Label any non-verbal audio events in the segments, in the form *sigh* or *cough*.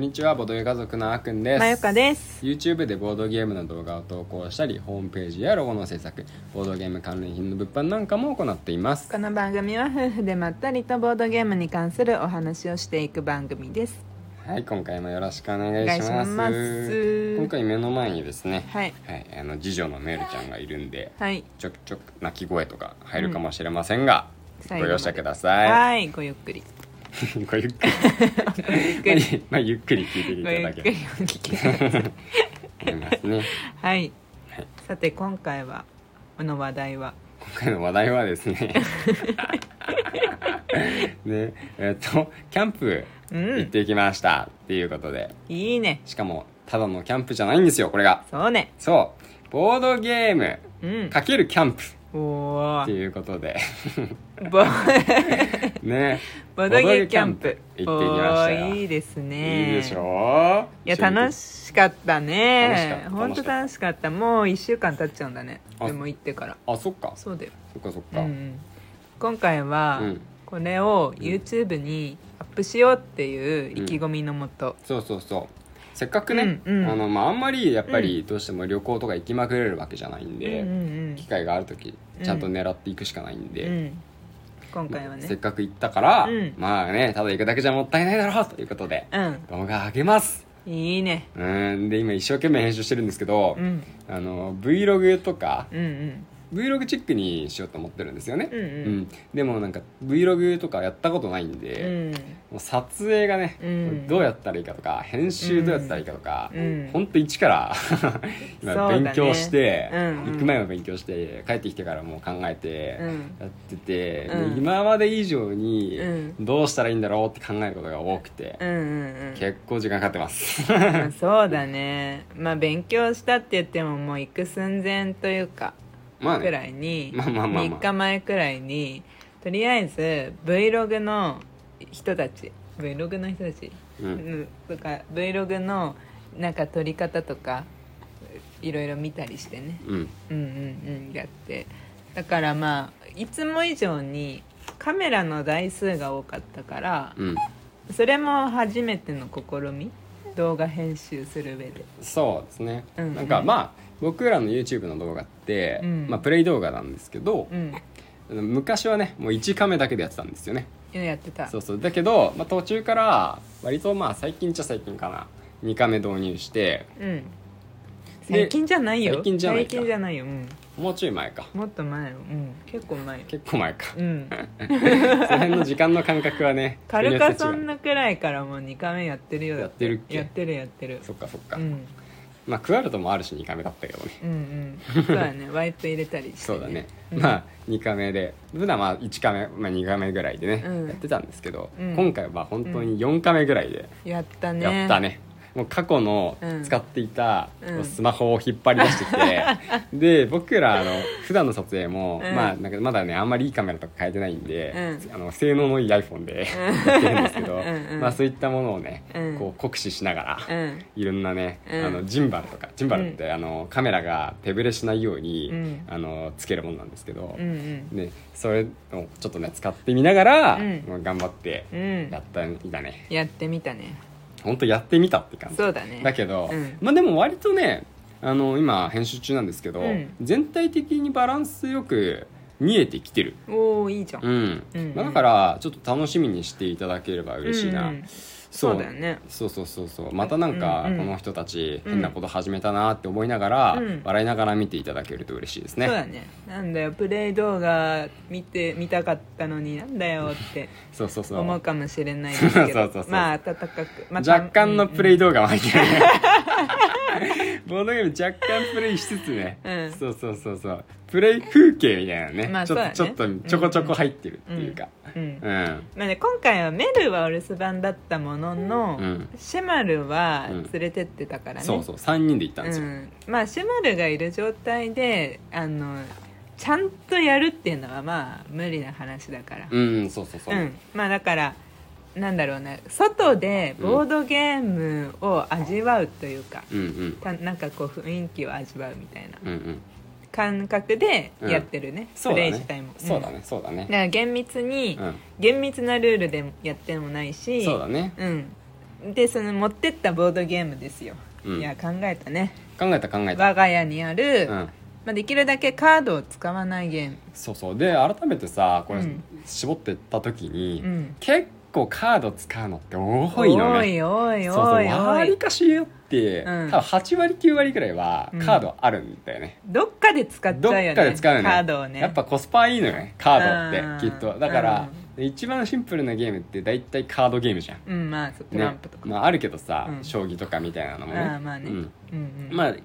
にちはボドゲ家族のあくんですまゆかです YouTube でボードゲームの動画を投稿したりホームページやロゴの制作ボードゲーム関連品の物販なんかも行っていますこの番組は夫婦でまったりとボードゲームに関するお話をしていく番組ですはい今回もよろしくお願いしますお願いします今回目の前にですねはいはい、あの次女のメルちゃんがいるんではいちょくちょく泣き声とか入るかもしれませんが、最後までご容赦くださいはいごゆっくり *laughs* ごゆっくりご *laughs* ゆっくまありゆまあゆっくり聞いていごた *laughs* ゆだっくり *laughs* けお聞きください思いますねはいはいさて今回はこの話題は今回の話題はですねねえっとキャンプうん行ってきました、っていうことでいいねしかもただのキャンプじゃないんですよこれがそうねそうボードゲームうんかけるキャンプおおっていうことでボ *laughs* ねボードゲームキャンプボードゲームキャンプ行ってきましたよおーいいですねいいでしょいや楽しかったね楽しかった本当楽しかったもう1週間経っちゃうんだねあでも行ってからあそっかそそうだよ、っかそっうか、ん、今回はうんこれを YouTube にアップしようっていう意気込みのもと、そうそうそうせっかくね、うんうんあのまあ、あんまりやっぱりどうしても旅行とか行きまくれるわけじゃないんうんうで、ん機会がある時ちゃんと狙っていくしかないんうんで、うん今回はせっねかく行ったから、うんまあねただ行くだけじゃもったいないだろうということでう動画上げますんいいねうんで今一生懸命編集してるんですけど、うんあの Vlog とかうん Vlog チックにしようと思ってるんですよね、うんうんでもなんか Vlog とかやったことないんうで、んもう撮影がね、うんどうやったらいいかとか編集どうやったらいいかとか、うんほんと一から *laughs* 今そうだね勉強して、うんうん行く前も勉強して帰ってきてからもう考えてうんやってて、でうん今まで以上にうんどうしたらいいんだろうって考えることが多くて、うんうんうん結構時間かかってます *laughs* まあそうだねまあ勉強したって言ってももう行く寸前というかまあくねらいにまあまあまあまあ3日前くらいにとりあえず Vlog の人たち Vlog の人たち、うんとか Vlog のなんか撮り方とかいろいろ見たりしてねうんうんうんうんやってだからまあいつも以上にカメラの台数が多かったからうんそれも初めての試み動画編集する上でそうですね、うんうんなんかまあ僕らの YouTube の動画って、うんまあ、プレイ動画なんですけどう、ん昔はねもう1カメだけでやってたんですよねやってたそうそうだけど、まあ、途中から割とまあ最近っちゃ最近かな2カメ導入してうんで最近じゃないよ最近じゃないか最近じゃないよ、うん、もうちょい前かもっと前よ、うん、結構前よ結構前か *laughs* うん、その辺の時間の感覚はね *laughs* 軽かそ国んによって違うなくらいからもう2回目やってるよだやってるっけやってるやってるそっかそっか、うん、まあクアルトもあるし2カメだったけどねうんうんそうだねワイプ入れたりして、そうだね、うんまあ2カメで普段は1カメ、まあ、2カメぐらいでね、うんやってたんですけど、うん今回は本当に4カメぐらいでやったねやったね、もう過去のうん使っていたうんスマホを引っ張り出してき *laughs* て、で僕らあの普段の撮影も、うんまあ、なんかまだねあんまりいいカメラとか変えてないんで、うあの性能のいい iPhone でやってるんですけどうんうんまあ、そういったものをね、うんこう酷使しながら。うんいろんなね、うんあのジンバルとかジンバルって、あのカメラが手ぶれしないように、うんあのつけるものなんですけど、うんうんね、それをちょっとね使ってみながら、うんまあ頑張ってうんやったんだねやってみたね本当やってみたって感じそうだねだけど、うんまあでも割とねあの今編集中なんですけど、うん全体的にバランスよく見えてきてる、おおいいじゃん、うんうんまあだからちょっと楽しみにしていただければ嬉しいな、うんそそううだよねそうそうそうそうまたなんかうんうんこの人たち変なこと始めたなって思いながら、うん笑いながら見ていただけると嬉しいですねそうだねなんだよプレイ動画見て見たかったのになんだよってそうそうそう思うかもしれないですけどそうそうそうまあ温かく、また、若干のプレイド、動画も入ってる、 *laughs* ボードゲーム若干プレイしつつね、うんそうそうそうそうプレイ風景みたいなね,、まあちょそうだねちょっとちょこちょこ入ってるっていうかうんうんうん、まあね、今回はメルはお留守番だったものの、うんシェマルはうん連れてってたからね、そうそう3人で行ったんですうよ、んまあシェマルがいる状態であのちゃんとやるっていうのはまあ無理な話だからうん、そうそうそう、うんまあだからなんだろうね外でボードゲームを味わうというか、うんうんたなんかこう雰囲気を味わうみたいなうんうん感覚でやってるね、そうプだレイね自体も、そうだんねそうだねだから厳密に、うん厳密なルールでやってもないしそうだねうんでその持ってったボードゲームですよ、うんいや考えたね考えた考えた我が家にある、うんまあ、できるだけカードを使わないゲームそうそうで改めてさこれうん絞ってった時に、うん結構カード使うのって多いのおねいおいそうそうおいお割いかしよって、うん多分8割9割ぐらいはうんカードあるんだよね、どっかで使っちゃどっうかよねで使うよねカードをねやっぱコスパいいのよねカードってうんきっとだから、一番シンプルなゲームって大体カードゲームじゃん、ねうんまあそうトランプとか、まあ、あるけどさ、うん将棋とかみたいなのもねああまあね、ううんんうんまあい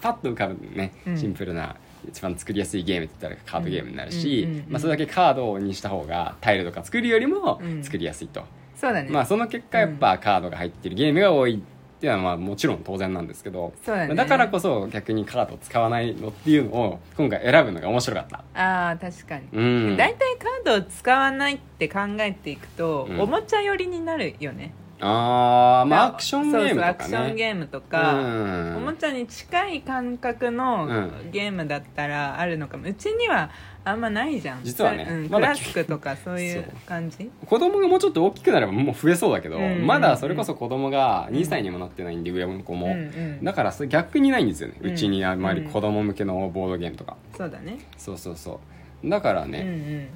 パッと浮かぶねうんシンプルな、一番作りやすいゲームって言ったらカードゲームになるし、うんうんうんうんまあ、それだけカードにした方がタイルとか作るよりもうん作りやすいと、そうだね、まあ、その結果やっぱカードが入ってるゲームが多いっていうのはまあもちろん当然なんですけどそうだねまあからこそ逆にカードを使わないのっていうのを今回選ぶのが面白かった。ああ確かにうん、大体カードを使わないって考えていくと、うんおもちゃ寄りになるよねあーまあアクションゲームとかねそうそうアクションゲームとか、うんおもちゃに近い感覚のうゲームだったらあるのかもうちにはあんまないじゃん実はねうんまクだラシックとかそういそうう感じ子供がもうちょっと大きくなればもう増えそうだけど、うんまだそれこそ子供が2歳にもなってないんで、上の子も、うんうんだからそれ逆にないんですよねうんうち、にあんまり子供向けのボードゲームとか、そうだねそうそうそうだからうんうね、ん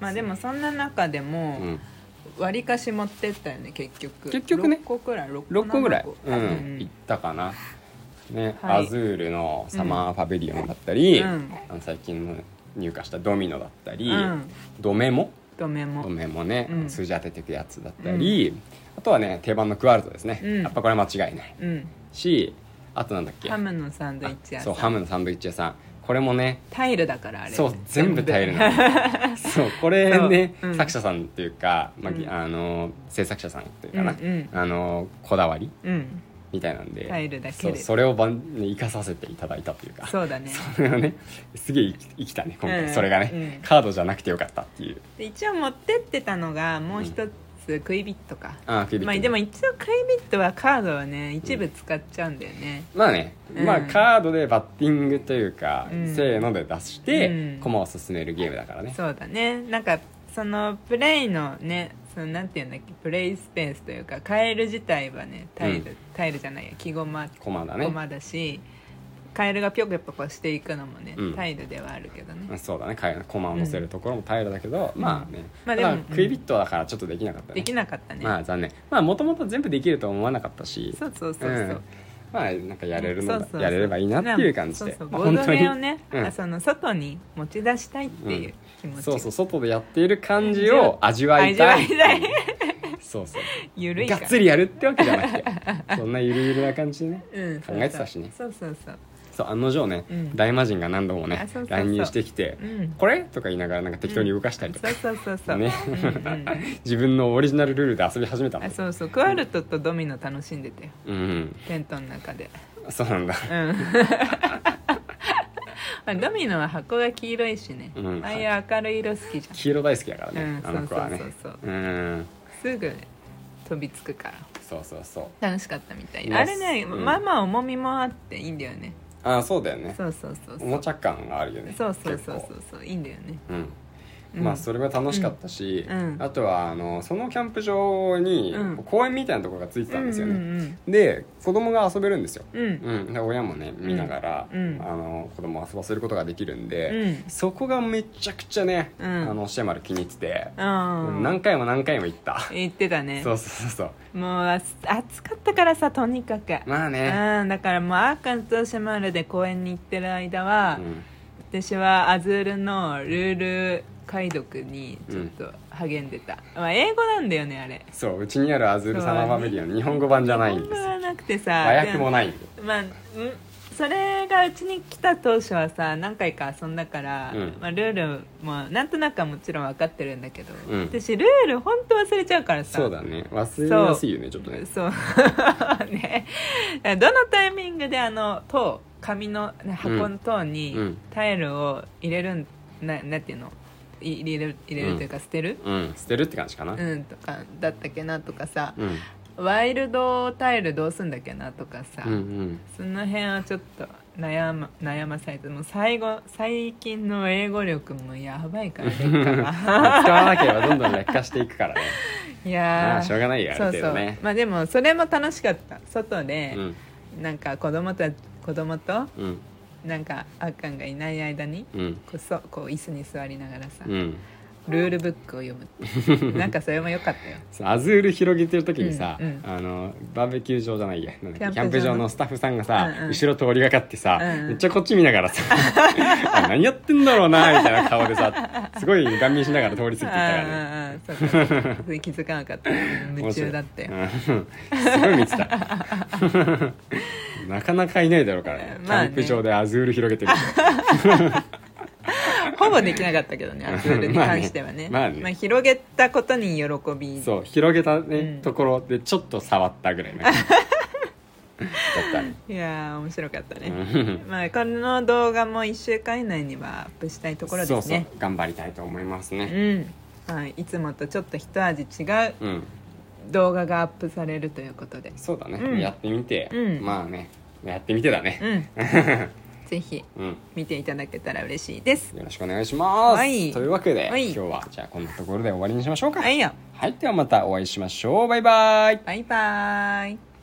まあでもそんな中でもうん割りかし持ってったよね結局結局ね6個くらい6個6個ぐらい、 7うんうん行ったかなね、はアいズールのサマーパビリオンだったり、うんあの最近の入荷したドミノだったり、うんドメモとメドモメモね、うん数字当てていくやつだったり、あとはね定番のクワルトですね、うんやっぱこれ間違いないうんしあとなんだっけハムのサンドイッチ屋あさんそうハムのサンドイッチ屋さんこれもねタイルだからあれそう全部タイルなの *laughs* そうこれね、そううん作者さんっていうか、まあぎうんあの制作者さんっていうかな、うんうんあのこだわり *laughs* うんみたいなんでタイルだけそうでそれをばん生かさせていただいたというかそうだねそれをねすげえ生き生きたね今回、うんそれがね、うんカードじゃなくてよかったっていうで一応持ってってたのがもう一つクイビットか、あークイビッまあ、トでも一応クイビットはカードはね一部使っちゃうんだよね、まあね、うんまあカードでバッティングというか、うんせーので出して、うん駒を進めるゲームだからねそうだねなんかそのプレイのねそのなんていうんだっけプレイスペースというかカエル自体はねタイル、うんタイルじゃないや木駒駒だね駒だし、カエルがピョコピョコしていくのもね、うんタイルではあるけどね、うんそうだねか駒を乗せるところも平らだけど、まあね、まあただでもうんクイビットだからちょっとできなかったねできなかったね、まあ残念まあもともと全部できるとは思わなかったしそうそうそうそう、んまあなんかやれるのだそうそうそうやれればいいなっていう感じで、そうそうまあボードゲをね、うんあその外に持ち出したいっていう気持ち、そうそう外でやっている感じ *laughs* を味わいたい味わいたいそうそうゆるいがかっらつりやるってわけじゃ *laughs* なくてそんなゆるゆるな感じでねうん、考えてたしねそうそうそうそう案の定ね、うん大魔神が何度もあねそうそうそう乱入してきて「うんこれ?」とか言いながらなんか適当に動かしたりとそかう、そうそうそう、ねうんうん、 *laughs* 自分のオリジナルルールで遊び始めたのあそうそうクワルトとドミノ楽しんでたようんうんテントの中でそうなんだうん *laughs* まあドミノは箱が黄色いしね、うんああいう明るい色好きじゃん黄色大好きだからね、うんあの子はねそうそうそううんすぐ飛びつくからそうそうそう楽しかったみたいねあれね、うんまあまあ重みもあっていいんだよねあそうだよねそうそうそうおそうもちゃ感があるよねそうそうそう結そ構うそういいんだよねうんうんまあそれが楽しかったし、うんうんあとはあのそのキャンプ場にうん公園みたいなところがついてたんですよね、うんで子供が遊べるんですよ、うんうんうん、で親もね見ながら、うんあの子供を遊ばせることができるんうで、んそこがめちゃくちゃね、うんあのシェマル気に入ってて、うん何回も何回も行った、言ってたねそうそうそうそうもうあす暑かったからさとにかく、まあね、うんだからもうアーカンとシェマールで公園に行ってる間は、うん私はアズールのルール解読にちょっと励んでた、まあ、英語なんだよねあれそううちにあるアズールサマーパビリオン日本語版じゃないんです英語よがなくてさ和訳もいないんでまあんそれがうちに来た当初はさ何回か遊んだから、うんまあ、ルールもなんとなくはもちろん分かってるんだけど、うん私ルール本当忘れちゃうからさそうだね忘れやすいよねちょっとねそう *laughs* ねどのタイミングであの塔紙の箱の塔うんうにんタイルを入れるんななんていうのい入れる入れるというか捨てる、うん捨てるって感じかなうんとかだったっけなとかさ、うんワイルドタイルどうすんだっけなとかさ、うんうんその辺はちょっと悩ま悩まされてもう最後最近の英語力もやばいから劣化使がわなければどんどん劣化していくからね *laughs* いまやあーしょうがないよあるそう程そ度うねまあでもそれも楽しかった外でう、んなんか子供と子供とうんなんかあっかんがいない間にうんこうそこう椅子に座りながらさ、うんルールブックを読 *laughs* むなんかそれも良かったよそうアズール広げてる時にさ、うんうんあのバーベキュー場じゃないやなんだっけキャキャンンププ場場ののスタッフさんがさ、うんうん後ろ通りがかってさ、うんうんめっちゃこっち見ながら *laughs* さあ何やってんだろうなみたいな顔で *laughs* さすごい顔見しながら通り過ぎていったからねあーあーあーそうかそうか気づかなかった夢中だったよ面白いうんすごい見 *laughs* てたなかなかいないだろうからね,、まあキねャンプ場でアズール広げてるほぼできなかったけどねアズールに関してはね *laughs* まあねまあね広げたことに喜びそう広げた、ねうんところでちょっと触ったぐら *laughs* いねだったねいやー面白かったね、うんまあ、この動画も1週間以内にはアップした *laughs* いところですねそうそう頑張りたいと思いますねうん、はい、いつもとちょっと一味違ううん、動画がアップされるということでそうだね、うんやってみて、うんまあねやってみてだうねんぜひうん、見ていただけたら嬉しいですよろしくお願いします、はいというわけで、はい今日はじゃあこんなところで終わりにしましょうかはいよはい、ではまたお会いしましょうバイバイバイバイ